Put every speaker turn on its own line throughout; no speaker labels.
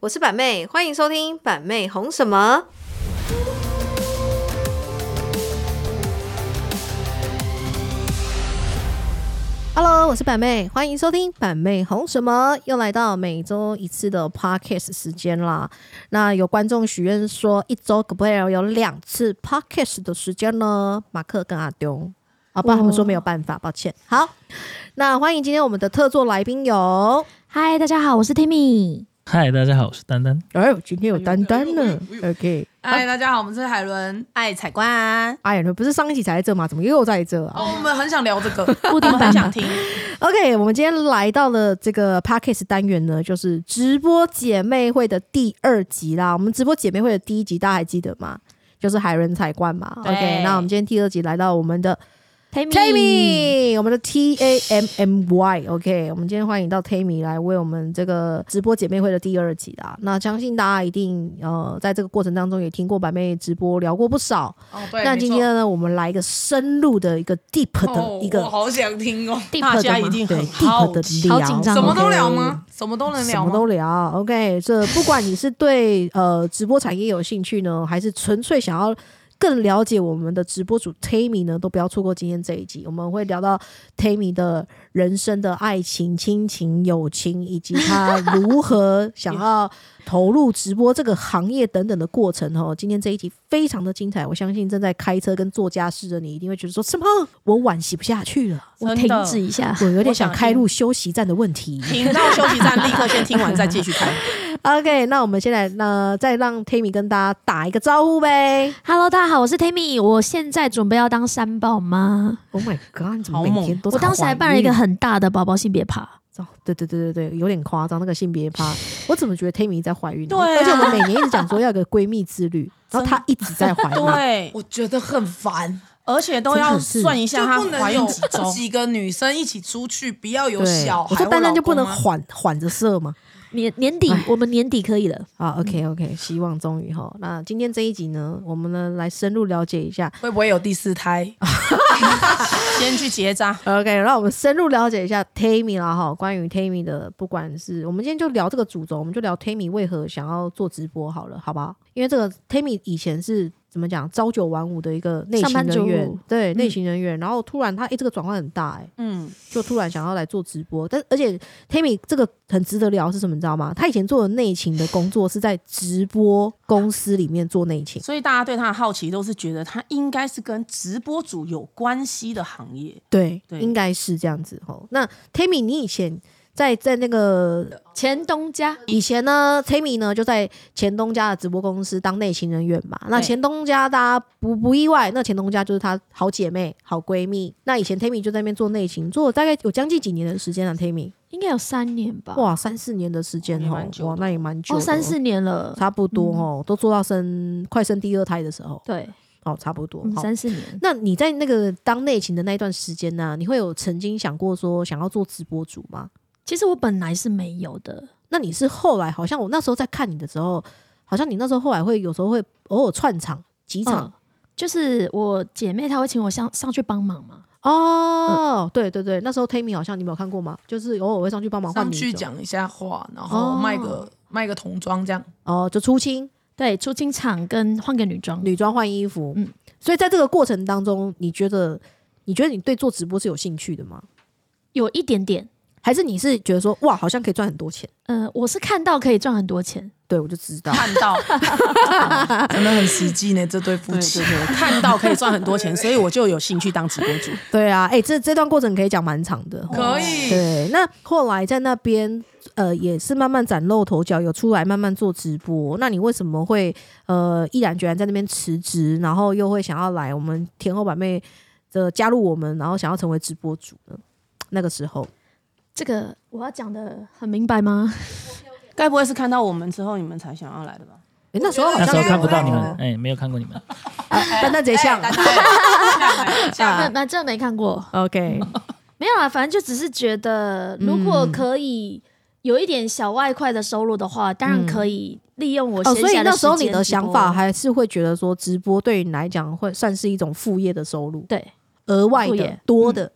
我是板妹，欢迎收听板妹红什么。Hello，我是板妹，欢迎收听板妹红什么，又来到每周一次的 Podcast 时间啦。那有观众许愿说，一周可不可以有两次 Podcast 的时间呢？马克跟阿丢，啊，不然他们说没有办法，抱歉。好，那欢迎今天我们的特座来宾有。
嗨，大家好，我是 Timmy。
嗨，大家好，我是丹丹。
哎，今天有丹丹呢。OK，
嗨，大家好，我们是海伦，啊爱采啊官。
哎呀，不是上一期才在这吗？怎么又在这啊
哦，我们很想聊这 个，
固
我
定版
们很想听。
？OK，我们今天来到了这个 p a c k a g e 单元呢，就是直播姐妹会的第二集啦。我们直播姐妹会的第一集大家还记得吗？就是海人彩冠嘛。
对
OK，那我们今天第二集来到我们的
Timmy，
Tammy，我们的 T A M M Y。OK，我们今天欢迎到 Tammy 来为我们这个直播姐妹会的第二集啦。那相信大家一定呃，在这个过程当中也听过百妹直播聊过不少。
哦，对，
那
没错
今天呢，我们来一个深入的一个 deep 的一个
哦我好想听哦，
Deep
大家
的吗
一定
对
很
deep
好
的
奇，
聊，
好紧张
什么都
OK
聊吗？什么都能
什么
聊吗？
都聊，OK。这不管你是对呃直播产业有兴趣呢，还是纯粹想要更了解我们的直播主 Tammy 呢，都不要错过今天这一集。我们会聊到 Tammy 的人生的爱情、亲情、友情，以及 她如何想要投入直播这个行业等等的过程哦。今天这一集非常的精彩，我相信正在开车跟做家事的你，一定会觉得说什么我惋惜不下去了，
我
真
停
的
止一下。
我有点想
我想
开路休息站的问题。
停到休息站，立刻先听完再继续看。
OK，那我们先来，呃，再让 Tammy 跟大家打一个招呼呗。
Hello，大家好，我是 Timmy。我现在准备要当三宝妈，
Oh my god，你怎么
好
每
猛
天都在
我当时还办了一个很大的宝宝性别趴。
怀孕，哦对对对对对，有点夸张，那个性别趴，我怎么觉得 Tammy 一直在怀孕呢？
对啊
而且我们每年一直讲说要有个闺蜜之 旅，然后她一直在怀孕。 啊
对，我觉得很烦，而且都
真
要
的是
算一下
就
她
不能
怀
有
孕几周，几个女生一起出去，不要有
对
小，
我啊
孩。
说丹丹就不能
怀。
缓缓着射吗？
年年底
哎，
我们年底可以了。
啊，OK OK，希望终于哈。那今天这一集呢，我们呢来深入了解一下
会不会有第四胎？ 先去结扎。
OK，让我们深入了解一下 Tammy 啦哈，关于 Tammy 的，不管是我们今天就聊这个主轴，我们就聊 Tammy 为何想要做直播好了，好不好？因为这个 Tammy 以前是怎么讲，朝九晚五的一个内
上
勤
班族
人员，嗯对内勤人员，然后突然他诶、这个转换很大诶、
嗯，
就突然想要来做直播，但而且 Tammy 这个很值得聊是什么，你知道吗？他以前做的内勤的工作是在直播公司里面做内勤，
所以大家对他的好奇都是觉得他应该是跟直播主有关系的行业。
对，
对
应该是这样子吼。那 Tammy 你以前在在那个
前东家
以前呢，Tammy 呢就在前东家的直播公司当内勤人员嘛。那前东家大家不不意外，那前东家就是她好姐妹、好闺蜜。那以前 Tammy 就在那边做内勤，做了大概有将近几年的时间了、啊。Tammy，
应该有三年吧？
哇，三四年的时间
也
哦
蛮，久的
哇，那也蛮久的
哦，
哦，
三四年了。
差不多哦，都做到生快生第二胎的时候，
对，
哦，差不多
嗯，
好。
三四年。
那你在那个当内勤的那一段时间呢、你会有曾经想过说想要做直播主吗？
其实我本来是没有的。
那你是后来好像我那时候在看你的时候，好像你那时候后来会有时候会偶尔串场几
嗯
场、
嗯就是我姐妹她会请我上上去帮忙嘛，
哦，对对对，那时候 Tammy 好像你没有看过吗？就是偶尔会上去帮忙哦换
上
女
去
主
讲一下话，然后
哦
卖个、卖个童装这样。
哦，就出清
对，出清场跟换个女装，
女装换衣服，嗯
嗯，
所以在这个过程当中，你觉得你觉得你对做直播是有兴趣的吗？
有一点点。
还是你是觉得说哇，好像可以赚很多钱？
呃，我是看到可以赚很多钱，
对，我就知 道，
看到，真的很实际呢，这对夫妻看到可以赚很多钱，所以我就有兴趣当直播 主。
对啊，哎、这这段过程可以讲蛮长的，
可以，
对，那后来在那边，呃，也是慢慢崭露头角，有出来慢慢做直播。那你为什么会呃毅然决然在那边辞职，然后又会想要来我们天后版妹的加入我们，然后想要成为直播主呢？那个时候，
这个我要讲的很明白 吗？
该不会是看到我们之后你们才想要来的吧？
诶那时候好
那
像
时候看不到你们
没有，哦
哎、没有看过你们。
丹丹直接像
哎 哎
啊
那那真的没看过，
OK，
没有啦，啊反正就只是觉得，如果可以有一点小外快的收入的话，当然可以利用我
哦，
闲
所以
暇
那
的
时候你
时间
的
直
想
播啊
法还是会觉得说，直播对你来讲会算是一种副业的收入，
对，
额外
副
的
业嗯
多的。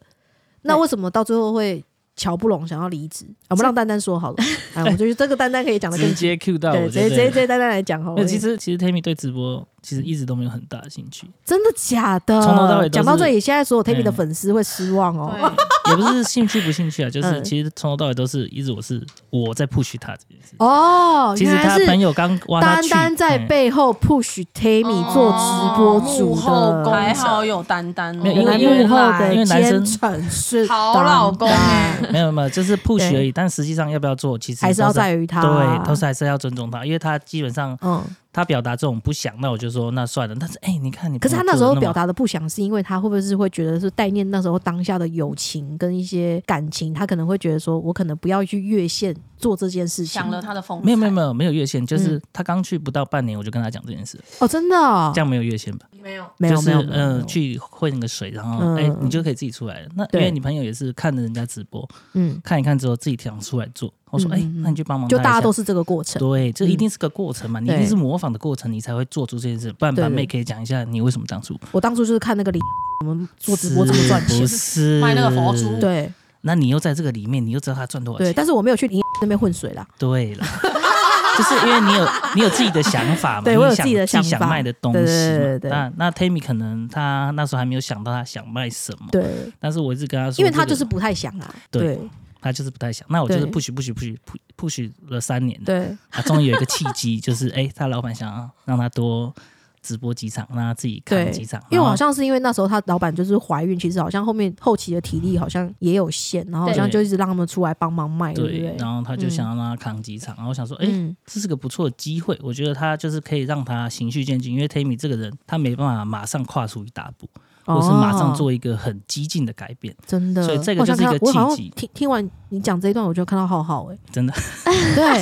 那
对
为什么到最后会瞧不拢，想要离职，啊我们让丹丹说好 了。哎，我觉得这个丹丹可以讲的更
直接 Q 到
对，
我
直接
就
直
对
接
了，
直接丹丹来讲好
那
了。
其实其实 Tammy 对直播其实一直都没有很大的兴 趣，
真的假的？
从头到尾都是
讲到这里，现在所有 Tammy 的
嗯
粉丝会失望哦。
对
也不是兴趣不兴趣啊，就
嗯
是其实从头到尾都是一直我是我在 push 他这件事。
哦，
其
原
实
来
他
是
朋友刚挖他
丹
去，
丹在
嗯
背后 push Tammy 做直
哦
播主
哦幕后
的，
工还好有丹丹哦，
没有
原来
因为
幕后
因
的
为男生
奸臣是
好老公哎
丹丹，
没有没有，就是 push
对
而已。但实际上要不要做，其实
还是要
都
在于他，啊
对，都是还是要尊重他，因为他基本上
嗯。
他表达这种不想，那我就说那算了。但是哎、你看你，
可是他那时候表，达的不想，是因为他会不会是会觉得是代念那时候当下的友情跟一些感情，他可能会觉得说，我可能不要去越线做这件事情。
想了他的风采，
没有没有没有没有越线，
嗯
就是他刚去不到半年，我就跟他讲这件事，
哦，真的、哦
这，样没有越线吧？
有没有，
没
就
有
是
没有，没有没
嗯、
有
去混个水，然后
嗯
哎、你就可以自己出来了。那因
对
为你朋友也是看着人家直播，
嗯，
看一看之后自己想出来做，我说
嗯
哎、
嗯嗯
那你去帮忙他
就
一下，
大家都是这个过程。
对，这一
嗯
定是个过程嘛，你
对
一定是模仿的过程，你才会做出这件事。不然
对
板
对
妹可以讲一下你为什么当初
我当初就是看那个李我们做直播怎么赚
是
钱
不，是
卖那个佛珠
对
那你又在这个里面，你又知道他赚多少
对，
钱？
但是我没有去你 那边混水啦。
对了， 就是因为你有你有自己的想法嘛，
对
你
我有
想
自己的想
想
法
卖的东西
对对对对对
嘛。那那 Tammy 可能他那时候还没有想到他想卖什么，
对，
但是我一直跟他说，
因为他
这个
就是不太想啊。
对
对
他就是不太想。那我就是
对
push push push push push 了三年，
对
啊，终于有一个契机，就是哎，他老板想要让他多直播几场，让他自己看
对
几场，，
因为
然
我
后
好像是因为那时候他老板就是怀孕，其实好像后面后期的体力好像也有限，然后好像
对
就一直让他们出来帮忙卖，对不
对
对，？
然后他就
嗯
想要让他扛几场，然后我想说，哎、
嗯，
这是个不错的机会，我觉得他就是可以让他循序渐进，因为 Tammy 这个人他没办法马上跨出一大步，或是马上
哦
做一个很激进的改变，
真的，
所以这个
我想
就是一
看
个
我好像
契机
听听完你讲这一段，我就看到浩浩哎、
真的，
欸，对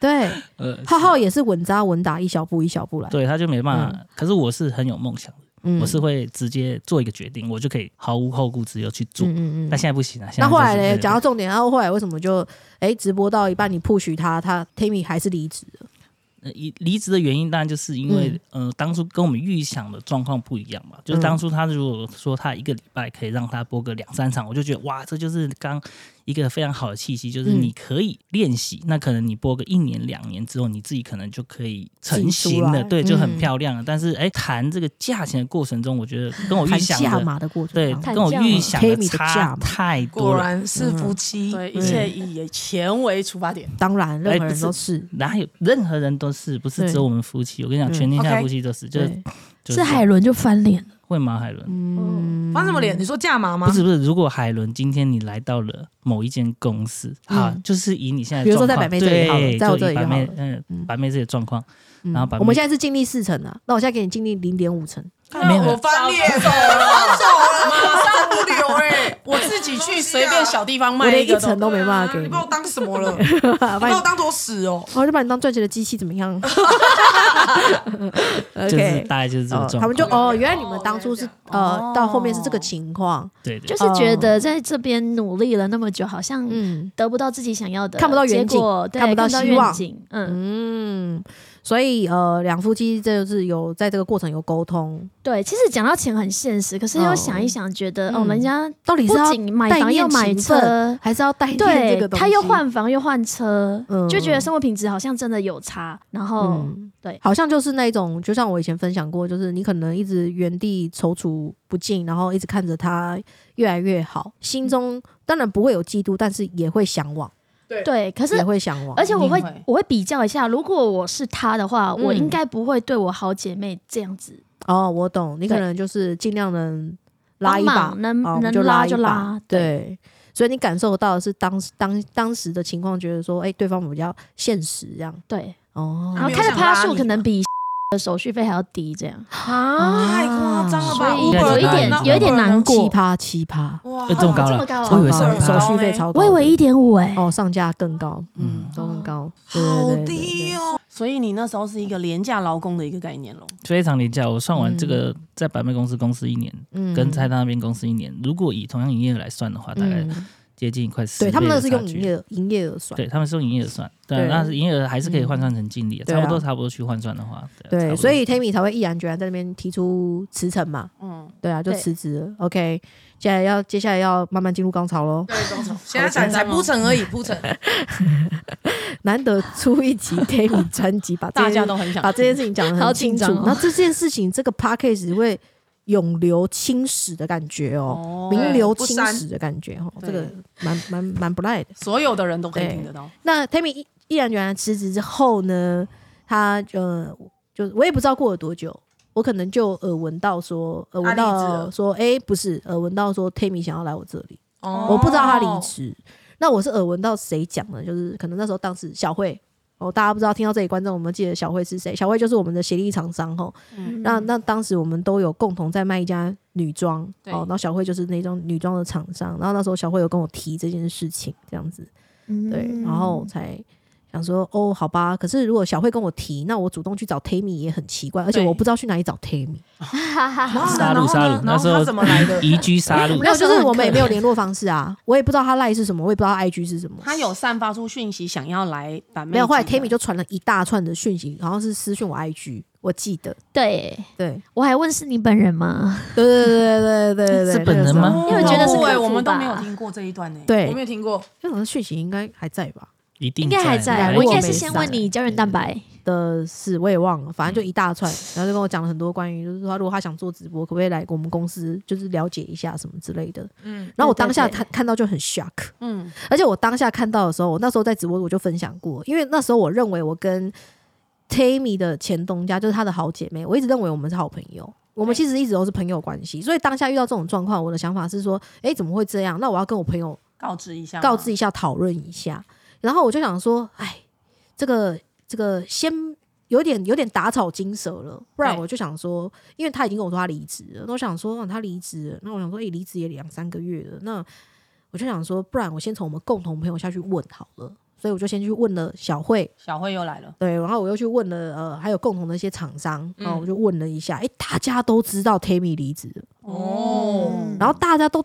对，
呃，
浩浩也是稳扎稳打，一小步一小步来。
对，他就没办法。可是我是很有梦想的，
嗯
我是会直接做一个决定，我就可以毫无后顾之忧去做。
嗯嗯
但
嗯。
现在不行啊，现在
那后来
就是
嘞，
对
讲到重点，然后后来为什么就哎、直播到一半你 push 他，他 Tammy 还是离职了？
呃离离职的原因，当然就是因为、
嗯
呃，当初跟我们预想的状况不一样嘛。就是当初他如果说他一个礼拜可以让他播个两三场，我就觉得哇，这就是刚一个非常好的契机，就是
嗯
你可以练习。那可能你播个一年两年之后，你自己可能就可以成
自己出
型
来
了，对，就
嗯
很漂亮了。但是哎，谈这个价钱的过程中，我觉得跟我哦预
谈
想
价
的。
码的过程，
对，
啊
跟我
价
预
嘛
想的
Tammy 的价
差
嘛
太多
果
了。
然是夫妻，
对，一切以钱为出发点，
当然任
哎
何
不
人
是
都是。
哪有任何人都是，不
对
是只有我们夫妻？我跟你
嗯
讲，全天下
OK
夫妻都是，就是
对，
就是
海伦就翻脸了，
会吗？海伦，
嗯，
翻什么脸？你说价码吗
不？是不是，如果海伦今天你来到了某一间公司，好，
嗯
就是以你现在
比
的
如说
状
在
况，
百妹这里好了
对
在我这里就
以白
好
妹
了嗯
嗯，白妹这里的状况，
嗯
然后把
我们
妹
现在是尽力四成啊，那我现在给你尽力零点五成。
看哎到我翻脸了，走了，马上不留哎！
我自己 去随便小地方
我
卖
连一
个
层
都，
都没办法给
啊你
你，
把我当什 么了？
把
你把我
你，
当坨屎哦！
我就把你当赚钱的机器怎么样嗯
就是
？OK，
大概就是这个
哦
状况。
他们就哦，原来你们当初是呃
哦，
到后面是这个情况，
对
就
对，
是觉
哦
得在这边努力了那么久，好像
嗯
得不到自己想要的，
看不到远景
结果对
看
看
不到希望
愿景嗯，
嗯，所以呃，两夫妻这就是有在这个过程有沟通，
对。其实讲到钱很现实，可是
哦
又想一想，觉得哦，
嗯
人家
到底是
不
要
仅买
带
房
念
又买
情分
车，
还是要代替这
对
个，东西？
他又换房又换车
嗯，
就觉得生活品质好像真的有差。然后
嗯，
对
好像就是那种，就像我以前分享过，就是你可能一直原地踌躇不进，然后一直看着它越来越好，
嗯
心中当然不会有嫉妒，但是也会向往，
对，可是
也会向往，
而且我会
一定会
我会比较一下，如果我是她的话，
嗯
我应该不会对我好姐妹这样子
哦，我懂，你可
对
能就是尽量能拉
帮
一把
忙，，能
哦
能
就
拉
一
就
把
拉，对
对。所以你感受到的是当时当当时的情况，觉得说，哎、对方比较现实这样
对。
哦。
然后
啊没有
开的
想
趴
拉
数
你
可
嘛
能比的手续费还要低，这样
啊，太夸张了吧！
所以
Uber
有一
能
点
那
有一点
Uber 能
难
奇
过
葩奇葩，
哇
呃这么高
这
了
么高啊
我以为
超哦高的
上
班
手续费
高
超高
我
的，
以为一点五哎，
哦上架更高，嗯
嗯，
都更高，对
好
对对对
低
对
哦！
所以你那时候是一个廉价劳工的一个概念喽。
非常廉价。我算完这个在百妹公司公司一年，
嗯
跟在他那边公司一年，如果以同样营业额来算的话，大概
嗯
接近快十
对
倍
他们那
的
个是
差
用营
距。
业额营业额算，
对，他们是用营业额算，对，啊
对
那是营业额还是可以换算成净利啊，
对啊
差不多差不多去换算的话，啊差
对，
不多
所以 Tammy 才会毅然决然在那边提出辞呈嘛，
嗯，
样。
对啊，就
对
辞职了。OK，接下来要接下来要慢慢进入高潮喽。
对，中场现在才才铺陈而已，铺陈。
难得出一集 Tammy 专辑，把这
大
件
家都很想
把这件事情讲的
好
很清
紧
楚。
张哦
然后这件事情，这个 p a c k a g e 会涌流青史的感觉哦，
哦
名流青
不
史
删
的感觉哦，这
对
个蛮蛮蛮不赖的。
所有的人都可以听得到。
那 Tammy 毅毅然决然辞职之后呢，他呃，就我也不知道过了多久，我可能就耳闻到说，耳闻
他离职
到
了
说，哎、不是，耳闻到说 Tammy 想要来我这里，
哦
我不知道他离职。那我是耳闻到谁讲的，就是可能那时候当时小慧。哦，大家不知道听到这里，观众我们记得小慧是谁？小慧就是我们的协力厂商吼。
嗯
那那当时我们都有共同在卖一家女装
对
哦，然后小慧就是那种女装的厂商。然后那时候小慧有跟我提这件事情，这样子。对，
嗯
然后才想说哦，好吧。可是如果小慧跟我提，那我主动去找 Tammy 也很奇怪，而且
对
我不知道去哪里找 Tammy。
哈哈哈，
杀
啊然
戮
后
杀
呢
戮，
然
那
后
时
他
候
怎么来
嗯
的？
移居杀戮
没
我，
有，
那时
就
候
是
很
我们也
可
没有联络方式啊，我也不知道他 line 是什么，我也不知道 IG 是什么。
他有散发出讯息，想要来板妹。
没有，后来 Tammy 就传了一大串的讯息，好像是私讯我 IG，我记得。
对
对，
我还问是你本人吗？
对对对对对对对，
是本人吗
那个时候
因为觉得是
哦对，
客服
我们都
吧
没有听过这一段呢。
对
我没有听过，
就好像讯息应该还在吧？
一定
应该还
来
在，
我
我
应
应
该
该
是
是
先
先
问
问你胶原蛋白。
的事我也忘了，反正就一大串，然后就跟我讲了很多关于，就是说他如果他想做直播，可不可以来我们公司，就是了解一下什么之类的。
嗯，
然后我当下
对对对
看看到就很 shock，
嗯，
而且我当下看到的时候，我那时候在直播我就分享过，因为那时候我认为我跟 Tammy 的前东家就是她的好姐妹，我一直认为我们是好朋友。我们其实一直都是朋友关系，所以当下遇到这种状况，我的想法是说，诶，怎么会这样？那我要跟我朋友
告知一下嘛，
告知一下，讨论一下。然后我就想说，哎，这个这个先有点有点打草惊蛇了，不然
对
我就想说，因为他已经跟我说他离职了，那我想说、哦、他离职了，那我想说，哎、离职也两三个月了，那我就想说，不然我先从我们共同朋友下去问好了。所以我就先去问了小慧，
小慧又来了，
对，然后我又去问了呃，还有共同的一些厂商，然后
嗯
我就问了一下，哎、大家都知道 Tammy 离职了，
哦
然后大家都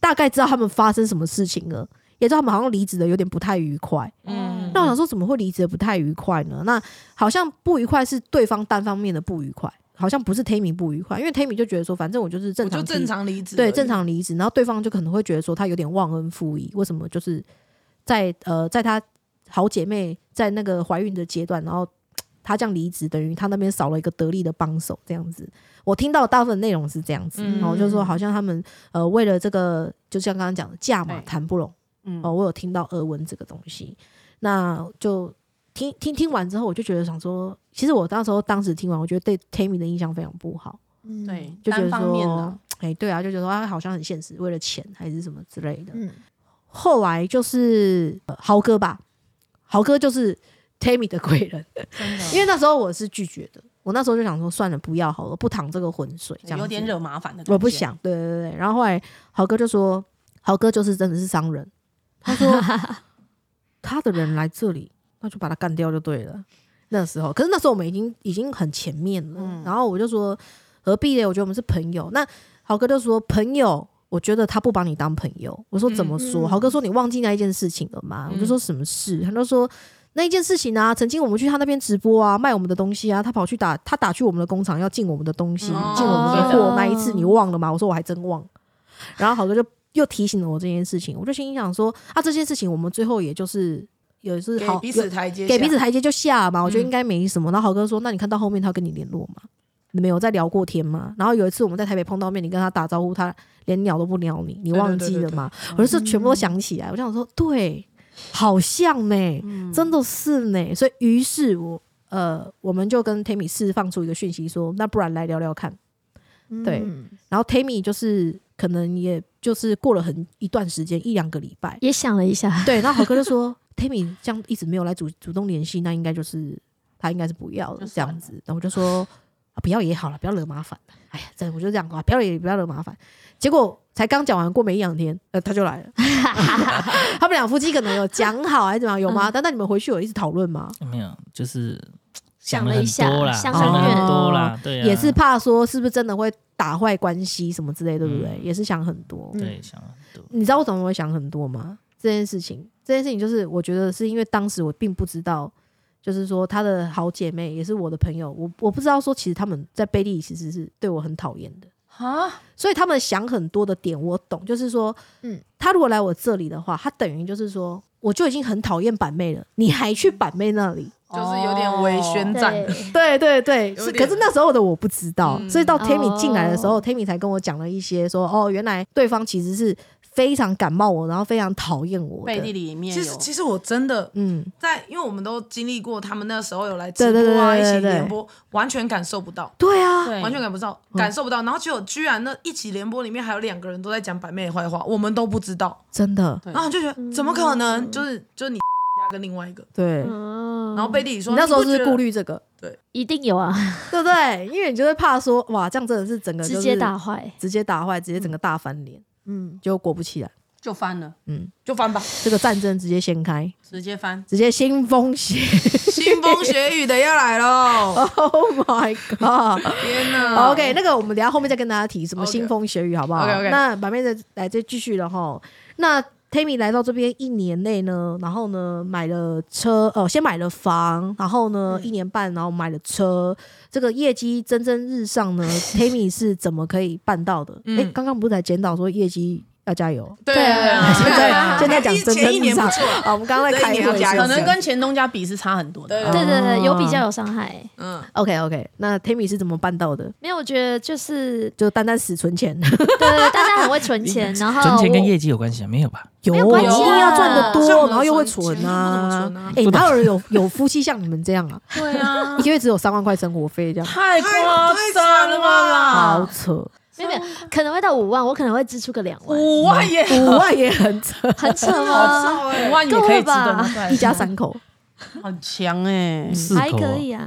大概知道他们发生什么事情了，也知道他们好像离职的有点不太愉快。
嗯
那我想说，怎么会离职的不太愉快呢？那好像不愉快是对方单方面的不愉快，好像不是 Tammy 不愉快，因为 Tammy 就觉得说，反正我就是
我
正常
就
离，
正常离职，
对正。常离职，然后对方就可能会觉得说他有点忘恩负义，为什么就是在呃在她好姐妹在那个怀孕的阶段，然后。她这样离职，等于她那边少了一个得力的帮手，这样子。我听到大部分内容是这样子，
嗯
然后就说好像他们呃为了这个，就像刚刚讲的价码
对
谈不拢。
嗯
哦，，我有听到俄文这个东西，那就听听听完之后，我就觉得想说，其实我那时候当时听完，我觉得对 Tammy 的印象非常不好，
嗯
对，
就觉得
单方面
说
的，，
哎、对啊，就觉得说他好像很现实，为了钱还是什么之类的。
嗯
后来就是、呃豪哥吧，豪哥就是 Tammy 的贵人，
真的，
因为那时候我是拒绝的，我那时候就想说，算了，不要好了，不淌这个浑水，这样
有点
子
惹麻烦的感觉。
我不
啊
想，对对对。对然后后来豪哥就说，豪哥就是真的是商人，他 说他的人来这里，那就把他干掉就对了。那时候，可是那时候我们已经已经很前面了，
嗯
然后我就说何必呢？我觉得我们是朋友。那豪哥就说朋友。我觉得他不把你当朋友，我说怎么说？
嗯
豪哥说你忘记那一件事情了吗？我就说什么事？他就说那一件事情啊，曾经我们去他那边直播啊，卖我们的东西啊，他跑去打他打去我们的工厂要进我们的东西，
嗯
进我们的
哦
货，那一次你忘
啊
了吗？我说我还真忘了。然后豪哥就又提醒了我这件事情，我就心里想说啊，这件事情我们最后也就是也是
给
好
彼此台阶下，
给彼此台阶就下嘛，我觉得
嗯
应该没什么。然后豪哥说：“那你看到后面他有跟你联络吗？你们有在聊过天吗？”然后有一次我们在台北碰到面，你跟他打招呼，他连鸟都不鸟你，你
对对
忘
对
记
对
了
对嗯
吗？我就是全部都想起来，我就想说，对，好像呢、欸真的是呢、所以于是我呃，我们就跟 Tammy 释放出一个讯息说，那不然来聊聊看。
嗯
对然后 Tammy 就是可能也就是过了很一段时间，一两个礼拜，
也想了一 下，
对，然后好哥就说 Tammy 这样一直没有来主主动联系，那应该就是他应该是不要了这
就算
样子。然后我就说、啊、不要也好了，不要惹麻烦。哎呀，真的我就这样啊，不要也不要惹麻烦。结果才刚讲完过没一两天，呃，他就 来了。 他们两夫妻可能有讲好还是怎么样，有
嗯
吗？但那你们回去有一直讨论吗？
没有，就是
想
了
了
很
一下
多啦，
想
了
了
很
很多
远
啦，对啊，
也是怕说是不是真的会打坏关系什么之类，对不对？
嗯
也是想很多。
嗯
对，想了很多，
你知道我怎么会想很多吗？这件事情，这件事情就是我觉得是因为当时我并不知道，就是说她的好姐妹也是我的朋友，我我不知道说其实他们在背地里其实是对我很讨厌的，
啊，
所以他们想很多的点我懂，就是说，嗯
嗯，
他如果来我这里的话，他等于就是说，我就已经很讨厌板妹了，你还去板妹那里？
就是有点微宣
哦
战，
对，
对对对，
嗯有
是。可
点
是那时候的我不知道，
嗯
所以到 Tammy
哦
进来的时候、t a m m y 才跟我讲了一些说，哦，原来对方其实是非常感冒我，然后非常讨厌我
背
的。
地里面
其实
有
其实我真的
嗯，
在，因为我们都经历过，他们那时候有来直
对对
播啊，
对
一
对
起
对
联播，完全感受不到。
对啊，
对
完全感不到，感受不到。然后结果居然那一起联播里面还有两个人都在讲板妹的坏话，我们都不知道。
真的，
对
然后就觉得怎么可能？就是就是你家跟另外一个，
对。
嗯
然后背地里
你
说
那时候是不是顾
虑，
虑这个，
一定有啊，
对不对？因为你就会怕说，哇，这样真的是整个、
直接打，坏，
直接打坏，直接整个大翻脸。
嗯，
结果果不其然，
就翻了，
嗯
就翻吧，
这个战争直接掀开，
直接翻。
直接腥风血
腥风血雨的要来喽！
，Oh my god！OK，、
天哪
哦 OK，那个我们等一下后面再跟大家提什么
嗯 OK
腥风血雨，好不好
OK，OK
那版面再来再继续了哈。那 Tammy 来到这边一年内呢，然后呢买了车，呃，先买了房，然后呢、
嗯
一年半，然后买了车，这个业绩蒸蒸日上 呢，Tammy 是怎么可以办到的？哎、
嗯
刚刚不是才检讨说业绩要加油，
对啊，
现
对
在
啊
现在讲蒸
前
蒸
一
日
年
上
不错，
啊，我们刚刚在
这一
开
年
会
要
的
加
时
油
候
可
讲，
能跟前东家比是差很多的，
对
对对
哦
对，有比较有伤害。
嗯，
OK OK，那 Tammy 是怎么办到的？
没有，我觉得就是
就单单死存钱，
对对，对大家很会存钱，然后
存钱跟
我
业绩有关系啊？没有吧？
有
没有关
一
系啊
定要赚得多
像我，们
然后又会
存
存
钱
啊
不怎么存啊。
哎，哪有人有有夫妻像你们这样啊？
对啊
一，个月只有三万块生活费这样，
太夸张了
好
啦，
扯，
没有没有可能会到五万，我可能会支出个两万，
五万也
五万也很扯，
很扯
好
吗？
少
五
哎，
万也可以值
够
得
了吧
拿出来
一家三口，
很强哎，
嗯
四
还
口
可以啊，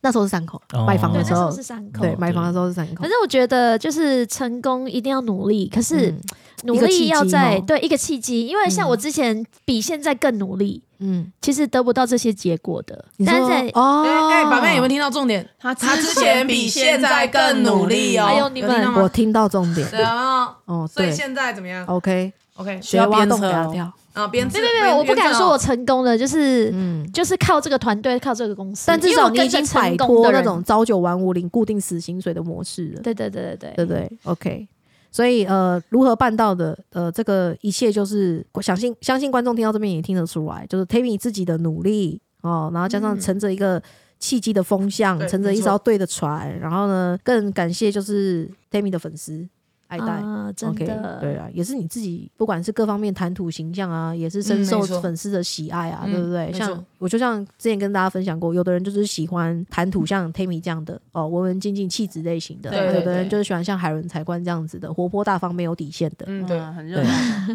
那时候是三口
哦，
买房
对，
的时
那时
候
候是，三口。
对，买房的时候是三口
反，正我觉得就是成功一定要努力，可是
嗯
努力要
一个
在
契机哦
对一个契机，因为像我之前比现在更努力，
嗯，
其实得不到这些结果的
你。说
但是在
哦，
哎，板妹有没有听到重点？
他
他之前比现在更努力哦。
哎呦你们
有听到
我
吗？
听到重点，
对啊，
哦，
所以
对
现在怎么样
，OK，
？OK，
学挖洞
鞭策
给他
哦
跳，
啊，编制
没没没，我不敢说我成功了，就是
嗯。
就是靠这个团队，靠这个公司，
但至
因为
少
我
你
跟
已经
着成
摆
功
脱
的
那
人
种朝九晚五领固定死薪水的模式了，
对对对对
对
对，
不对？OK，所以呃，如何办到的？呃，这个一切就是我相信相信观众听到这边也听得出来，就是 Tammy 自己的努力哦，然后加上
嗯
乘着一个契机的风向，
对
乘着一
没错
艘对的船，然后呢，更感谢就是 Tammy 的粉丝爱戴。
啊，真
OK，对
的，
啊，也是你自己，不管是各方面谈吐形象啊，也是深
嗯
受
没错
粉丝的喜爱啊，
嗯
对不对？
没
像
错
我就像之前跟大家分享过，有的人就是喜欢谈吐像 Tammy 这样的哦，文文静静、气质类型的；
对对
有的人
对
就是喜欢像海伦财官这样子的，活泼大方、没有底 线的。
嗯，对，
嗯，很热闹，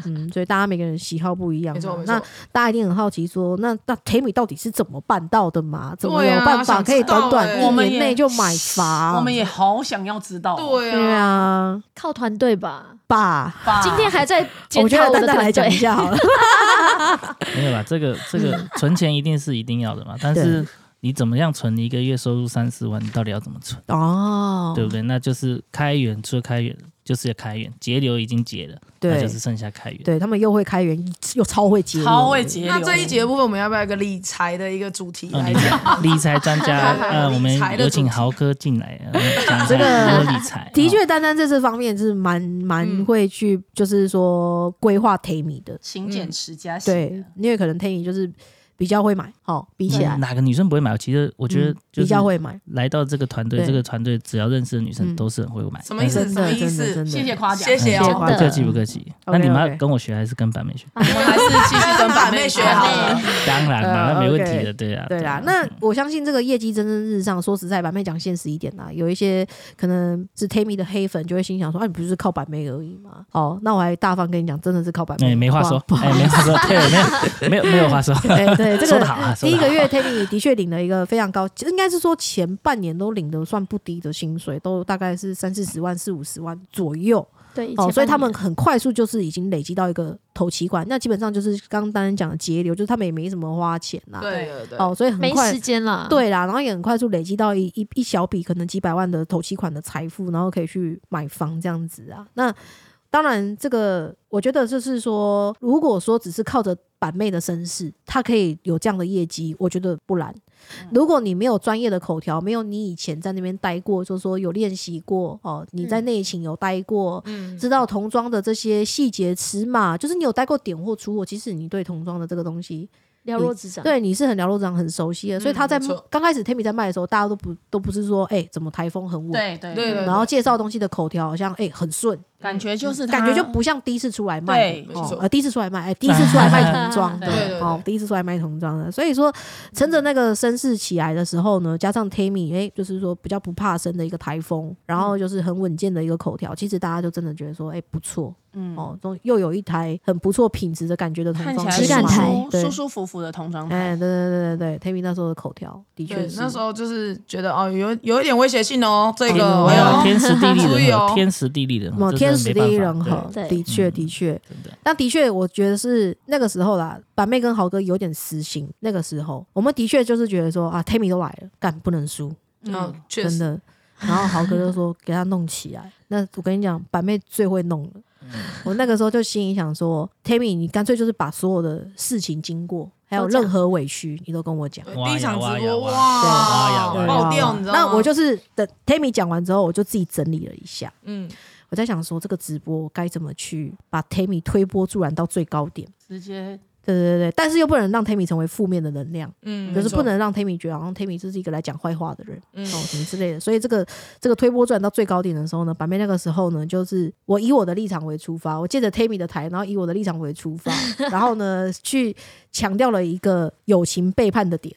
嗯，所以大家每个人喜好不一样
没错
嘛。
没
那
错。
大家一定很好奇说，那那 Tammy 到底是怎么办到的嘛？怎么
对啊
有办法
想
可以
知
短
道
短
欸
一
我们
年
也
内就买房？
我们也好想要知道，，哦
对
对
啊，
啊，
靠团队吧。
爸，
今天还在检
啊我觉
讨
得
我
蛋
的
蛋来
团
讲
队
一，下好了。
没有吧？这个这个存钱一定是一定要的嘛，但是你怎么样存？你一个月收入三四万，你到底要怎么存？
哦，
对不对？那就是开源，除了开源就是要开源，节流已经节了，那
对
就是剩下开源。
对他们又会开源，又超会节流，
超会节流。
啊
那这一节部分我们要不要一个理财的一个主题
嗯，
来
理
讲？
财理财专家，呃，我们
理财
有
的主题
请豪哥进来呃讲一
这个
下如何理财。
的
嗯
哦
确，丹丹在这方面是蛮蛮
嗯
会去，就是说规划 Tammy 的。
勤俭持家型
对
的，，
因为可能 Tammy 就是比较会买，哦，比起来
嗯哪个女生不会买？其实我觉得
嗯
就是
比较会买，
来到这个团队，
对
这个团队只要认识的女
嗯
生都是很会买。嗯
什么意思
真的
什么意
真
思
的真的。嗯
谢谢夸奖，
谢谢
谢谢
哦，
夸
不
奖
客气不客气。那
OK，
你们
OK
要跟我学还是跟板妹学？
我们还是继 续跟板妹学好
板
了。
当然嘛，
呃
那没问题
OK
的，对啊。
对啦
啊，
那我相信这个业绩蒸蒸日上。说实在，板妹讲现实一点啦，有一些可能是 Tammy 的黑粉就会心想说：“啊，你不是靠板妹而已吗？”哦，那我还大方跟你讲，真的是靠板妹，
哎，没话说
不，好
哎，没话 说，对，没有没有没有话说。
对对， 这
说得
个
好啊
第一
说
个
得好
月 Tammy 的确领了一个非常高，应该是说前半年都领的算不低的薪水，都大概是三四十万、四五十万左右
对，
哦，
前
所以
半
他们
年
很快速就是已经累积到一个投期款，那基本上就是刚刚丹丹讲的节流，就是他们也没什么花钱啦，
对对对，
哦，所以很
没时
快。
间了，，
对啦，然后也很快速累积到一一一小笔可能几百万的投期款的财富，然后可以去买房这样子啊。那当然，这个我觉得就是说，如果说只是靠着板妹的身世，她可以有这样的业绩，我觉得不难。如果你没有专业的口条，没有你以前在那边待过，就说有练习过哦，你在内勤有待过，
嗯，
知道童装的这些细节尺码，就是你有待过点货出货，其实你对童装的这个东西，
了若指掌。，
对你是很了若指掌、很熟悉的。所以
嗯
他在
没错
刚开始 Tammy 在卖的时候，大家都不都不是说哎、怎么台风很稳，
对对
对对
然后介绍东西的口条好像哎、很顺，
感觉就是
感觉
他
就不像第一次出来卖的
对
没错
哦，呃，第一次出来卖，哎，第一次出来卖童装的
对对
对，
哦，第一次出来卖童装的，所以说趁着那个声势起来的时候呢，加上 Tammy，哎，就是说比较不怕生的一个台风，然
嗯
后就是很稳健的一个口条，其实大家就真的觉得说，哎，不错，
嗯
哦，都又有一台很不错品质的感觉的童
看起
装
来
质感
舒
台
舒
对
舒舒服服的童装
哎，
台，
对对对对对，Tammy 那时候的口条的确
对，
是
那时候就是觉得哦，有有一点威胁性哦，这
天
个
嗯没
哎
有
呦
天时地
注
利
意
人
哦
和，天时地利
哦
人和，这真
天
的
时
没
地
办
利
法
人和，
对
的确
嗯
的确。
对真的
但的确，我觉得是那个时候啦，板妹跟豪哥有点私心。那个时候，我们的确就是觉得说啊，Tammy 都来了，干不能输，
嗯，确
真
实，
的。然后豪哥就说给他弄起来。那我跟你讲，板妹最会弄了。
嗯
我那个时候就心里想说，Tammy，你干脆就是把所有的事情经过，还有
都讲
任何委屈，你都跟我讲。啊
对
哇
第一场
呀哇
直
呀
播
哇
哇
呀哇呀
爆掉，你知道吗？
那我就是等 Tammy 讲完之后，我就自己整理了一下。
嗯，
我在想说，这个直播该怎么去把 Tammy 推波助澜到最高点？
直接
对对对，但是又不能让 Tammy 成为负面的能量，
嗯，
就是不
没错，
能让 Tammy 觉得好像 Tammy 就是一个来讲坏话的人，
嗯
哦什么之类的。所以这个这个推波转到最高点的时候呢，板妹那个时候呢，就是我以我的立场为出发，我借着 Tammy 的台，然后以我的立场为出 发，然后呢去强调了一个友情背叛的点，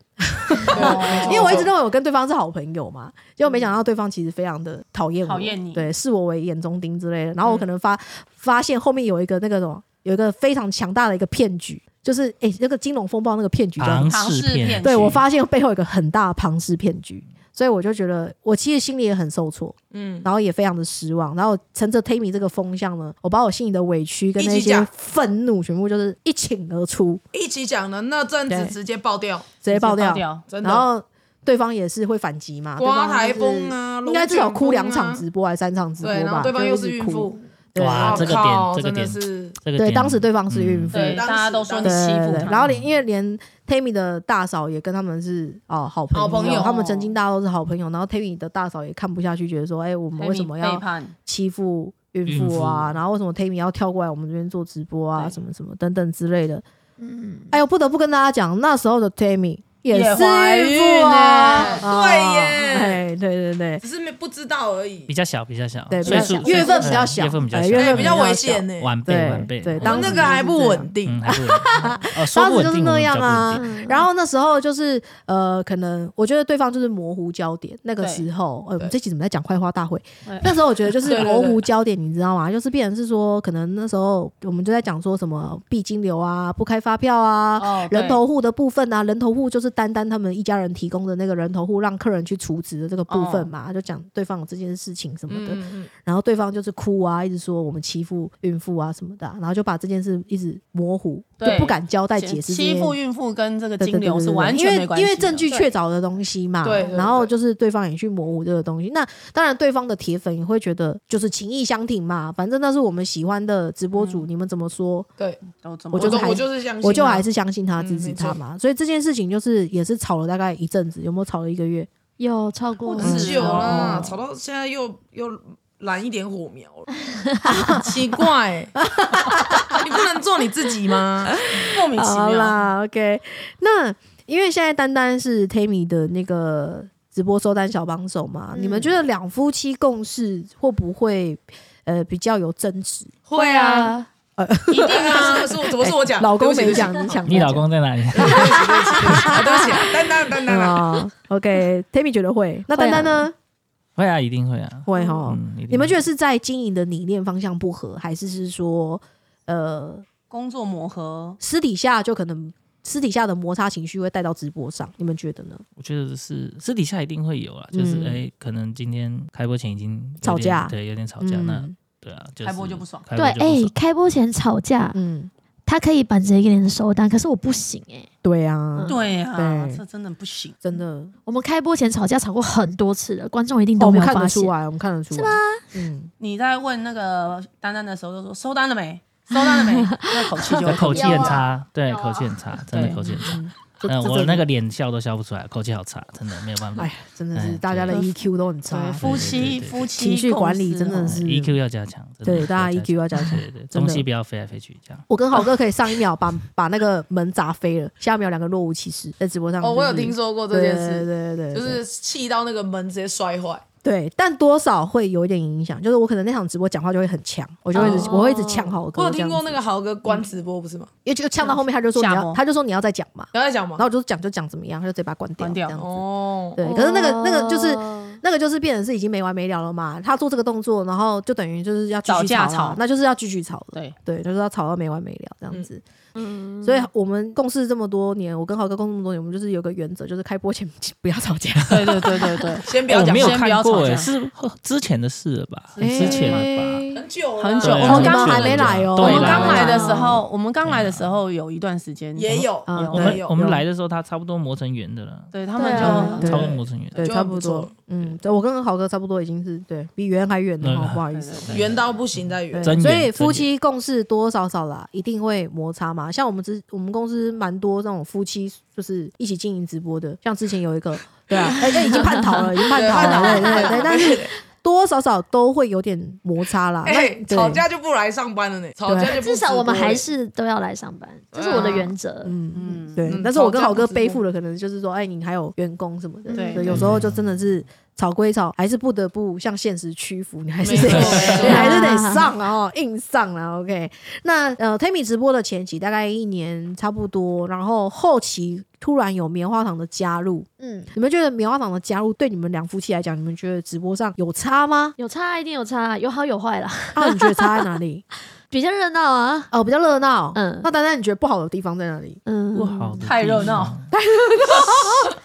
哦
因为我一直认为我跟对方是好朋友嘛，结果没想到对方其实非常的讨厌我，
讨厌你
对，视我为眼中钉之类的。然后我
嗯
可能发、发现后面有一个那个什么，有一个非常强大的一个骗局，就是诶、那个金融风暴那个骗局叫什么
庞
庞
氏
氏
骗
骗
对
局
我发现背后有一个很大的庞氏骗局，所以我就觉得我其实心里也很受挫，
嗯，
然后也非常的失望。然后乘着 Tammy 这个风向呢，我把我心里的委屈跟
一起
那些
讲
愤怒全部就是一请而出，
一起讲的那阵子
对
直接爆掉，
直接爆掉。
掉，
真
然
的，
后对方也是会反击嘛，对
刮
方
台
就是
风啊
应该至少哭
龙卷
两
风啊
场直播还是三场直播
对，然
吧，
后对方又
就是是一直
孕
哭，
妇，
对
哇
我
这个
靠
点这个
真
点
的是
这个
对，
点
当时对方是孕妇，
对，
当
大
时
家都说
当
你
时
欺负
对
他，
然后连因为连 Tammy 的大嫂也跟他们是哦好朋友，
好朋友
他们曾经大家都是好朋友，然后 Tammy 的大嫂也看不下去，觉得说，哎、我们为什么
被
要
叛？
欺负孕妇啊？然后为什么 Tammy 要跳过来我们这边做直播啊？
对
什么什么等等之类的。
嗯，
哎呦，不得不跟大家讲，那时候的 Tammy 也
也
是
怀
孕妇
孕
啊，
欸
啊
对耶
哎，对对对。
只是没不知道而已
比。较小，比较小，
对，比
岁
较
数
小月份
岁
比
数
较
呃
小，
月份比较
哎
小，
月份
对，比较危险呢、
晚辈
对
晚辈，嗯
对
晚辈
当
我那
时
个还不稳
嗯
定，
还不稳，呃，说
当
不
时
稳
就是
定
那
我们比较
样
不
啊
稳定。
嗯
然后那时候就是呃，可能我觉得对方就是模糊焦点。那个
对
时候，呃，我们
对
这期怎么在讲坏话大会
对？
那时候我觉得就是
对对对
模糊焦点，你知道吗？就是变成是说，可能那时候我们就在讲说什么必金流啊、不开发票啊、
哦，对
人头户的部分啊，人头户就是单单他们一家人提供的那个人头户，让客人去除值的这个部
哦
分嘛，就讲对方有这件事情什么的。
嗯嗯
然后对方就是哭啊，一直说我们欺负孕妇啊什么的啊、然后就把这件事一直模糊，就
对
不敢交代解释这件。
欺负孕妇跟这个
对对
金
对
流
对
是
对
完全没
因
关
为
系
因
的，
为证据
对
确凿的东西嘛。
对对对
然后就是对方也去模糊这个东西，那当然对方的铁粉也会觉得就是情义相挺嘛，反正那是我们喜欢的直播主，你们怎么说，
对，
都这么
我就是
我就
还
我就是相信啊，
我就还是相信他，
嗯
支持他
没错
嘛。所以这件事情就是也是吵了大概一阵子，有没有吵了一个月？
有超过
不
嗯
持久啦，
哦
吵到现在又又燃一点火苗了， 奇怪、你不能做你自己吗？
莫名其
好
妙，
啦，OK。那因为现在单单是 Tammy 的那个直播收单小帮手嘛，你们觉得两夫妻共事会不会呃比较有争执？
会啊，，
一定啊，
啊，是我怎么是我讲？
哎老公
对不
没
起
讲，你讲，
你老公在哪里？
啊对不起，丹丹 丹丹啊，
啊？OK，Tammy 觉得 会，啊那丹丹呢？
会啊，一定会啊。
会哈。
嗯，一定
哦你们
会
觉得是在经营的理念方向不合，还是是说呃
工作磨合，
私底下就可能私底下的摩擦情绪会带到直播上？你们觉得呢？
我觉得是私底下一定会有啊，就是
嗯
哎、可能今天开播前已经有点
吵架
对，有点吵架，那
嗯
对啊，就是、
开播就不爽
开
对，
播就不
哎
爽，
开播前吵架，
嗯，
他可以板着一个人的收单，可是我不行哎。
对啊，
对啊，
对
这真的不行，
真的
我们开播前吵架吵过很多次了，观众一定
哦
都
我
没
们
有
看得
发
出
现。
来，我们看得出来，是吗？嗯，
你在问那个丹丹的时候就说收单了没？收到了没？那口气就
啊
对口气很
有
差，对，
有啊
口气很差，真的
对
口气很差。
这
嗯，
这
我
这
那个脸笑都笑不出来，口气好差，真的没有办法
哎。呀，真的
哎
是
对
大家的 EQ 都很差
对，
对
夫
对对
妻
对
夫妻
情绪
共
管理
识
真的
哦
是
EQ 哎，E 要加强，真的
对大家
要加强
EQ 要加强
对对，
真的
东西不要飞来飞去，这样
我跟好哥可以上一秒把 把那个门砸飞了，下一秒两个若无其事在直播上。
哦，我有听
说
说过这件
对
事，
对对，对
就是气到那个门直接摔坏。
对，但多少会有一点影响，就是我可能那场直播讲话就会很呛，我就会一直、
哦
我会一直呛好哥。
我有听过那
个，
个豪哥关直播不是吗？
因为这个呛到后面他就说你
下
要，
播
他就说你要再讲嘛，
不要再讲
然
嘛
后。我就讲就讲怎么样，他就直接把它关掉，
关掉
这样子。
哦，
对，可是那个那个就是
哦
那个就是变成是已经没完没了了嘛，他做这个动作，然后就等于就是要继续
找架
啦
吵
那就是要继续吵了。
对，
对，就是要吵到没完没了这样子。
嗯
所以我们共事这么多年，我跟豪哥共事这么多年，我们就是有个原则，就是开播前 不要吵架。
对对对对对，
先不
哎
要
我
哦
讲，
没有
先不
看
要
过，
吵
哎，
架。
是之前的事了吧？
哎
之前吧，
吧。
很久了
很久
对
我
哦
们
你
刚
们还
来
没来哦，
对啦
我们刚来的时
对啦
候，我们刚来的时候有一段时间
也，有，
嗯
有
我
也
们
有
我们来的时候，他差不多磨成圆的了，
对他们
对啊
就
差不多磨成圆。
对，
就
差
很
不
不错
多，嗯，对我跟豪哥差不多，已经是对比圆还远了，
对
好不好意思。
对对
圆到不行再圆
对，。
真圆
所以
真
夫妻共事多多少少啦，一定会摩擦嘛。像我们之我们公司蛮多那种夫妻，就是一起经营直播的。像之前有一个，对啊，哎、哎已经叛逃了，已经叛
对
逃了，对对对。但是
对
多多少少都会有点摩擦啦。
哎
那，对
吵架就不来上班了呢，吵架就不
至少
直
我们
播了
还是都要来上班，这是
对啊
我的原则。
嗯嗯，
嗯
对
嗯。
但是我跟
吵架
豪哥
不直播
背负的可能就是说，哎，你还有员工什么的，
对
嗯
所以有时候就真的是吵归吵，还是不得不向现实屈服，你还是得
没错
对，啊还是得上然后硬上了。OK，那呃，Tammy 直播的前期大概一年差不多，然后后期突然有棉花糖的加入，
嗯，
你们觉得棉花糖的加入对你们两夫妻来讲，你们觉得直播上有差吗？
有差一定有差，有好有坏啦，
啊，你觉得差在哪里？
比较热闹啊。
哦，比较热闹。
嗯
那丹丹，你觉得不好的地方在哪里？
嗯，
不好的
太
地
热闹
方，太热闹。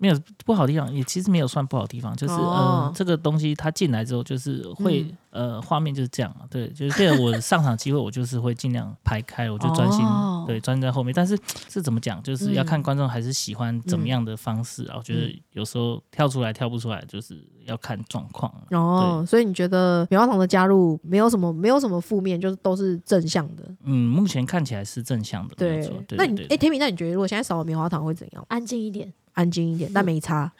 没有不好的地方，也其实没有算不好的地方，就是嗯、
哦
呃，这个东西它进来之后，就是会、呃，画面就是这样嘛，对，就是变成我上场机会，我就是会尽量排开，我就专心、
哦
对专心在后面。但是这怎么讲，就是要看观众还是喜欢怎么样的方式啊。我觉得有时候跳出来跳不出来，就是要看状况啊。
哦，所以你觉得棉花糖的加入没有什么，没有什么负面，就是都是正向的。
嗯，目前看起来是正向的，没
对
错，对
那
对
你哎
对
，Tammy，那你觉得如果现在少了棉花糖会怎样？
安静一点，
安静一点，但没差。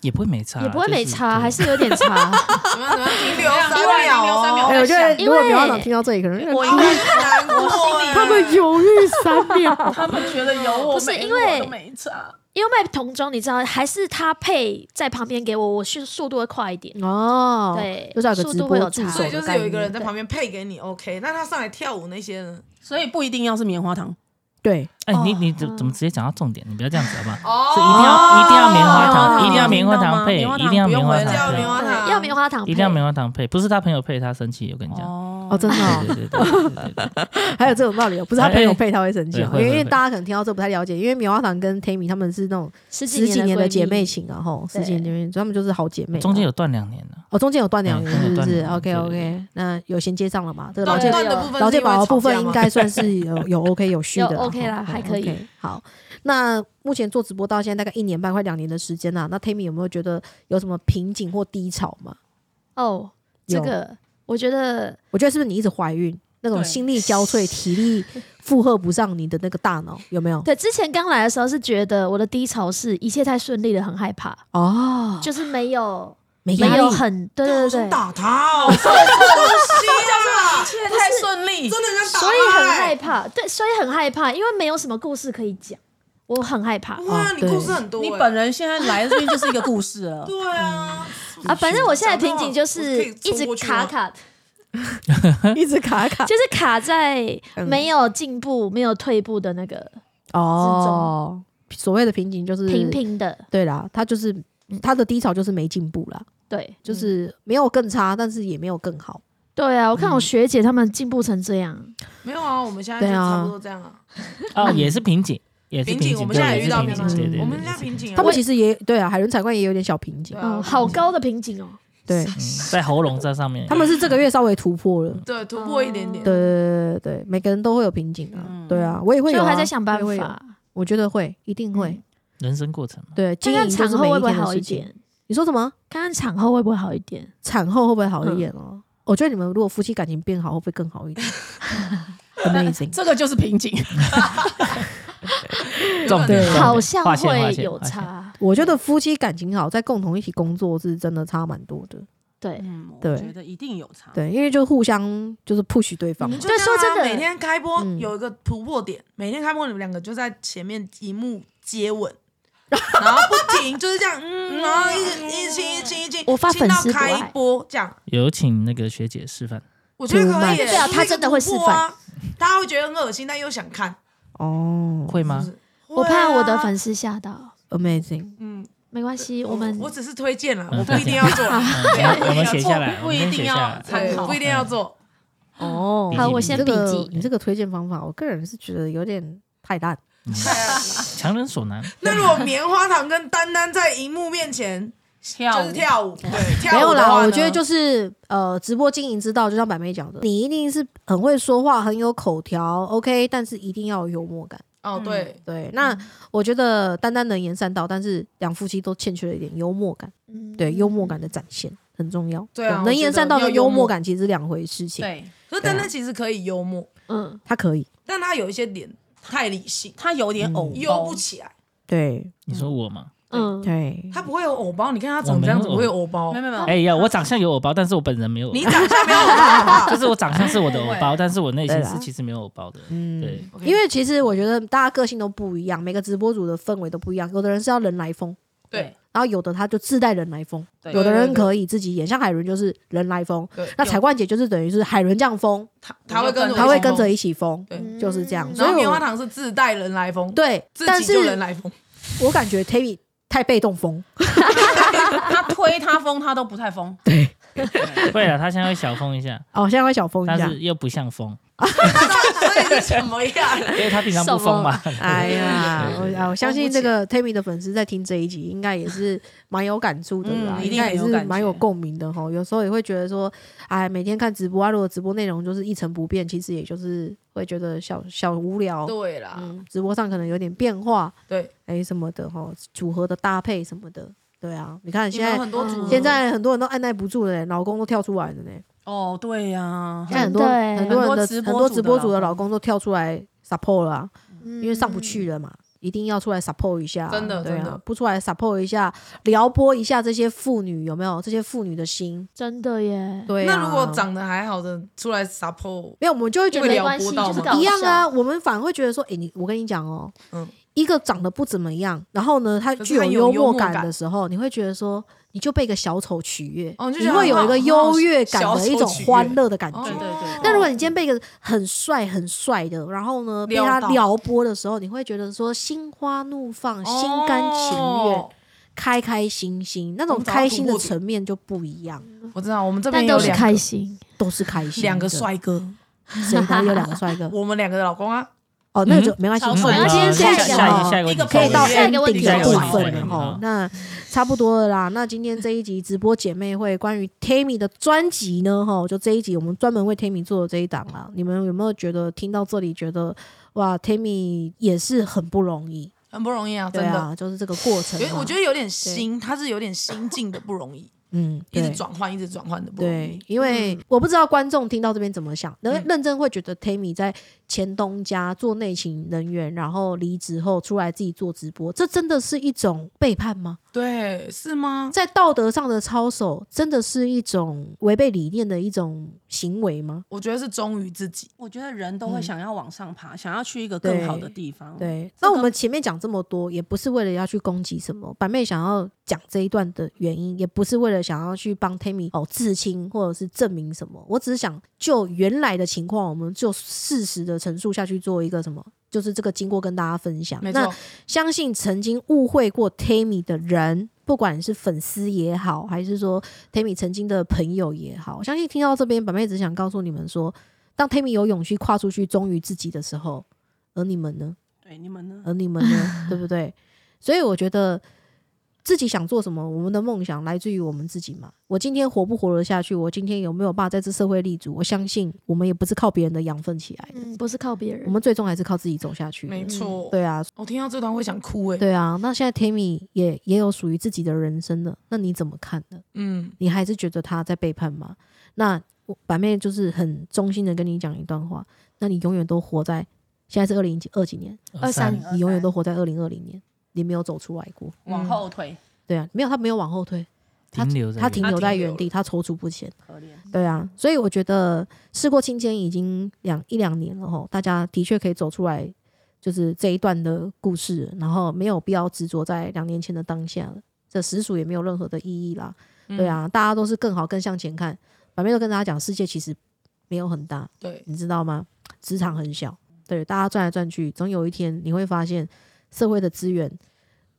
也不会没差啊，
也不会
就是
没差，
对
还是有点差。啊
怎么样怎么样停留三
因为
秒
停留三秒
哦，
哎，我觉得
因
如果棉花
为
糖听到这里，可能
我应
好
该
难过哎，
他们犹豫三秒。
他们觉得有我
不是
没
因
我
为
都没差，
因为卖童装，你知道，还是他配在旁边给我，我迅速度会快一点。
哦，
对
就是要有个
速
直
度会
播
有
助
差
手
所
的
以就是
概
有一个
念
人在旁边配给你，OK？那他上来跳舞那些呢？
所以不一定要是棉花糖。
对，
哎、你
哦
你怎怎么直接讲到重点？你不要这样子好不好？
哦
是一定要一定要棉花糖，
哦
一定要棉花糖配，
棉花
一
糖
定要棉花
不用
叫
糖
回
配，
棉花糖，
对，要棉花糖配，
一定要棉花糖配，不是他朋友配，他生气。我跟你讲，
哦，
嗯
哦
真的哦，
对对对对对对对，
还有这种道理哦，不是他朋友配他会生气哦，
哎哎
因为因
对会
为
会
大家可能听到这不太了解，因为棉花糖跟 Tammy 他们是那种
十
十几年
的
的
闺
姐
蜜
妹，情啊，吼，十几年
对
姐妹，她们就是好姐妹啊。
中间有断两年了。
哦，中间有断两
嗯
年，是
中间有
不
断
是
两年
？OK
对
OK，那有衔接上了嘛？这个
断
劳健
对
断的部分，
劳健保的部分应该算是有 有 OK 有序的啦，
有 OK 啦
哦
还可以
OK，好，那目前做直播到现在大概一年半快两年的时间啦，那 Tammy 有没有觉得有什么瓶颈或低潮吗？
哦，这
有
个我觉得
我觉得是不是你一直怀孕，那种
对
心力交瘁、体力负荷不上你的那个大脑有没有？
对。之前刚来的时候是觉得我的低潮是一切太顺利了，很害怕，
啊
哦，
就是没有
没
没
压
有
力，
很对对对，
打他哦，什么东西啊？
一切太顺利，
真的很想打
所以很
他
害
哎。
怕，对，所以很害怕，因为没有什么故事可以讲，我很害怕。
哇，你
对
故事很多哎，
你本人现在来这边就是一个故事 了。
对啊
啊，反正我现在
讲
瓶
到
颈就
我可
是
以
一
冲
直
过去吗啊
卡卡，就
一直卡卡
是卡在
嗯
没有进步、没有退步的那个
哦。所谓的瓶颈就是
平，平的，
对啦，他就是
嗯
他的低潮就是没进步啦。
嗯
对嗯
就是没有更差，但是也没有更好。
对啊！我看我学姐她们进步成这样，
没有啊，我们现在就
对啊
差不多这样啊。
哦，也是瓶颈，也是
瓶
颈，
颈，我们现在
对
也遇到
也
瓶
是
颈
颈，对对，，对
我们现在瓶，颈啊，
他们其实也对啊，海伦采矿也有点小瓶颈
对，啊
嗯，好高的瓶颈哦，
对，
嗯在喉咙在上面，
他们是这个月稍微突破了。
对突破一点点，
对对对对对，每个人都会有瓶颈啊，
嗯
对啊，我也会
所以
有
我
啊，
还在想办
我也会有，
法，
我觉得会，一定
嗯
会，
人生过程嘛，
对，
看
经营
看
就
产
是
后
每
会
一
不会
天的
好一
事情。
点，
你说什么？
看看产后会不会好一点，
产后会不会好一点哦？我觉得你们如果夫妻感情变好，会不会更好一点？Amazing，
这个就是瓶颈。
重点
对
好像
划线划
会
线
有
划线
差，
我觉得夫妻感情好，在共同一起工作是真的差蛮多的。
对。
嗯，我
对
觉得一定有差。
对，因为就互相就是 push 对
你
方嘛
们。就
哦对
让
说真
他
的
每天开播
嗯
有一个突破点，每天开播你们两个就在前面荧幕接吻， 然后不停就是这样，嗯，然后一直一亲一亲一亲，
我发粉丝
亲到
不爱
开播这样，
有请那个学姐示范。
我觉得可以耶，
对
啊他真的会
是一个突破啊，大家会觉得很恶心，但又想看，
哦
会吗
是？不是
我怕我的，
会啊
粉丝吓到，
，Amazing，
嗯，
没关系，我们
我只是推荐了，
嗯
我不一定要做，
嗯我们写下来，
不
我
不一
们
定
写
要
下来。
对
参考
不一定要做，
哦
好我
先
这个
笔记
你这个推荐方法，我个人是觉得有点太烂。
强人所难，
那如果棉花糖跟丹丹在荧幕面前
跳
就
舞
是跳 舞，对，
没
跳
有
舞的
啦，
话呢
我觉得就是呃，直播经营之道，就像百妹讲的，你一定是很会说话，很有口条，OK，但是一定要有幽默感。
哦，
嗯
对，
对，那我觉得丹丹能言善道，但是两夫妻都欠缺了一点幽默感，嗯
嗯
对，幽默感的展现很重要。
对啊我
能言善道
觉
跟
得要幽
幽
默
默感其实是两回事情。，
对，
可是丹
啊
丹其实可以幽默，
嗯，
他可以，
但他有一些点太理性，
他有点偶
幽不起来，
对
你说我吗？
嗯嗯，
对，
他不会有偶包，你看他长这样子不会有偶包
没有，没有没有，
哎呀，我长相有偶包，但是我本人没有偶包。
你长相没有偶 包，
就是我长相是我的偶包，
对
但是我内心
对
是
啦
其实没有偶包的。
嗯
对，
因为其实我觉得大家个性都不一样，每个直播主的氛围都不一样，有的人是要人来疯，
对，
然后有的他就自带人来疯，
对
有的
对对
人
对
可以自己演，像海伦就是人来疯，
对
那彩冠姐就是等于是海伦这样疯，
他他会跟着
她会跟着一起疯，
对
就是这样。
嗯然
所
后
以
棉花
我
糖是自带人来疯，
对，
自
但
己就人
是
来疯，
我感觉 Tammy 太被动疯，
他推他疯，他都不太疯。
会了，他现在会小疯一下，
哦，现在会小疯一
但
下，
是又不像疯，
所以是什么样？
因为他平常不疯嘛。
哎呀，
对对对
我我相信这个 Tammy 的粉丝在听这一集，应该也是蛮有感触的啦，
嗯一
应
定
该
很
也
有
是
感觉
蛮有共鸣的哈。有时候也会觉得说，哎，每天看直播啊，如果直播内容就是一成不变，其实也就是会觉得小小无聊。
对啊啦，
嗯，直播上可能有点变化，
对，
哎什么的哈，组合的搭配什么的，对啊，你看
你
现
们有
在
很多
嗯
组合，
现在很多人都按耐不住了嘞，老公都跳出来了呢。
哦，对呀，
现在很多
对
很多人的
很多直播
很多
主
直
的
播主的
老
老公都跳出来 support 了啊、因
因
为上不
嗯
去了嘛，一定要出来 support 一下啊，
嗯真的
对
真
啊
的，
不出来 support 一下，撩拨一下这些妇女有没有？这些妇女的心，
真的耶，
对、啊。
嗯那如果长得还好的出来 support，
没有，我们就会觉
会
得
没
撩
关系，
拨到
就是
吗
搞
一样啊，
笑，
我们反而会觉得说，哎、你我跟你讲哦、
嗯
一个长得不怎么样，然后呢，他
可是
具有
他有
幽
幽默
感
感
的时候，你会觉得说，你就被一个小丑取悦，
哦你就
你
觉得
会有一
很好
个
很
优
好
越感
小
的一
丑
种
取悦
欢乐的感觉。
哦
对对对
但如果你今天被一个很帅很帅的，然后呢被
撩
他
到
撩拨的时候，你会觉得说心花怒放、心甘情愿、
哦
开开心心，那
我
种
们找到
开心的
突破点
层面就不一样，
我知道我们这边
但
有
都是
两
开心，
都是开心。嗯
两个，帅哥，
谁哪里有两个帅 哥？
我们两个的老公啊，
哦，那个就没关系，
超
我
帅
们
的
今天
下一个
讲
下一
哦
个下一个问题
可以到
下一个
ending
问题
的部分
下一个问
了
题
哈，那差不多了啦。那今天这一集直播姐妹会关于 Tammy 的专辑呢，哈，就这一集我们专门为 Tammy 做的这一档啦。你们有没有觉得听到这里觉得哇，Tammy 也是很不容易，
很不容易啊，真
对
的。
啊，就是这个过程
有，
嘛。
我觉得有点新，他是有点新进的不容易，
嗯，
一直
对
转换，一直转换的不容
对
易。，
因为我不知道观众听到这边怎么想，那、
嗯
认真会觉得 Tammy 在前东家做内勤人员，然后离职后出来自己做直播，这真的是一种背叛吗？
对，是吗？
在道德上的操守，真的是一种违背理念的一种行为吗？
我觉得是忠于自己，
我觉得人都会想要往上爬，想要去一个更好的地
哦
方。，
对，
这
那
个
我们前面讲这么多，也不是为了要去攻击什么，板妹想要讲这一段的原因，也不是为了想要去帮 Tammy 哦自清或者是证明什么，我只是想就原来的情况，我们就事实的陈述下去做一个什么，就是这个经过跟大家分享。
没
那
错，
相信曾经误会过 Tammy 的人，不管是粉丝也好，还是说 Tammy 曾经的朋友也好，相信听到这边，板妹只想告诉你们说，当 Tammy 有勇气跨出去，忠于自己的时候，而你们呢？
对你们呢？
而呃你们呢？ 对不对？所以我觉得自己想做什么，我们的梦想来自于我们自己嘛。我今天活不活得下去，我今天有没有办法在这社会立足，我相信我们也不是靠别人的养分起来的，
嗯，不是靠别人，
我们最终还是靠自己走下去的。
没错。
对啊，
我听到这段会想哭哎。
对啊，那现在 Tammy 也也有属于自己的人生了，那你怎么看呢？
嗯，
你还是觉得他在背叛吗？那我板妹就是很衷心的跟你讲一段话，那你永远都活在现在是二零二几年，
二三
你永远都活嗯在二零二零年，你没有走出来过。
往后退，
对啊，没有他没有往后退，
停留在
他停
他
留
停
在
留
原
了
地，他踌躇不前。
可怜。
对啊，所以我觉得事过境迁已经两一两年了吼，大家的确可以走出来，就是这一段的故事，然后没有必要执着在两年前的当下了，这实属也没有任何的意义啦。
嗯
嗯
对啊，大家都是更好更向前看。反面都跟大家讲，世界其实没有很大，
对，
你知道吗？职场很小，对，大家转来转去，总有一天你会发现社会的资源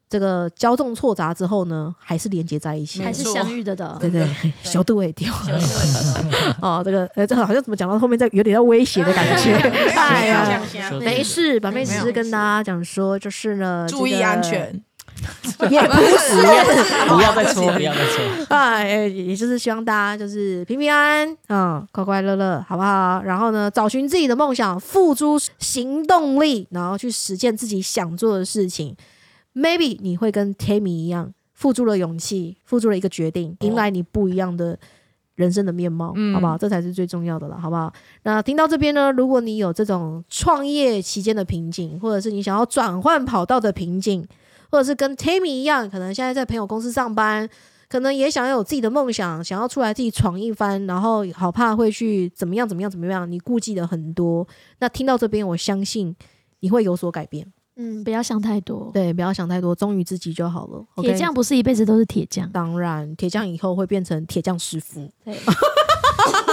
这个交纵错杂之后呢，还是连接在一起，
还是
没错
相遇的的
对。对， 小度也掉。
就是
哦，这个呃，这好像怎么讲到后面，在有点要威胁的感 觉。哎呀， 没事，板妹只是跟大家讲说，就是呢，
注意
这个
安，全，
也不 是，
不要再搓，不要再搓。
哎，也就是希望大家就是平平安安，嗯，快快乐乐，好不好？然后呢，找寻自己的梦想，付诸行动力，然后去实践自己想做的事情。Maybe 你会跟 Tammy 一样，付出了勇气，付出了一个决定，迎来你不一样的人生的面貌，好不好？这才是最重要的了，好不好？那听到这边呢，如果你有这种创业期间的瓶颈，或者是你想要转换跑道的瓶颈，或者是跟 Tammy 一样，可能现在在朋友公司上班，可能也想要有自己的梦想，想要出来自己闯一番，然后好怕会去怎么样怎么样怎么样，你顾忌的很多。那听到这边，我相信你会有所改变。
嗯，不要想太多。
对，不要想太多，忠于自己就好了。
铁
OK
匠不是一辈子都是铁匠，
当然，铁匠以后会变成铁匠师 傅
对，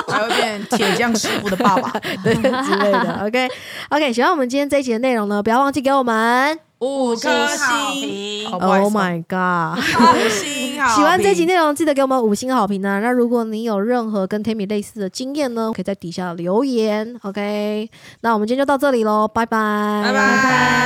还会变铁匠师傅的爸 爸。
对之类的。OK OK，喜欢我们今天这一集的内容呢，不要忘记给我们。
五
颗
星好啊
星
评，
Oh my god！
五星好评，
喜欢这集内容，记得给我们五星好评呢、那如果你有任何跟 Tammy 类似的经验呢，可以在底下留言。OK，那我们今天就到这里喽，拜拜，
拜拜。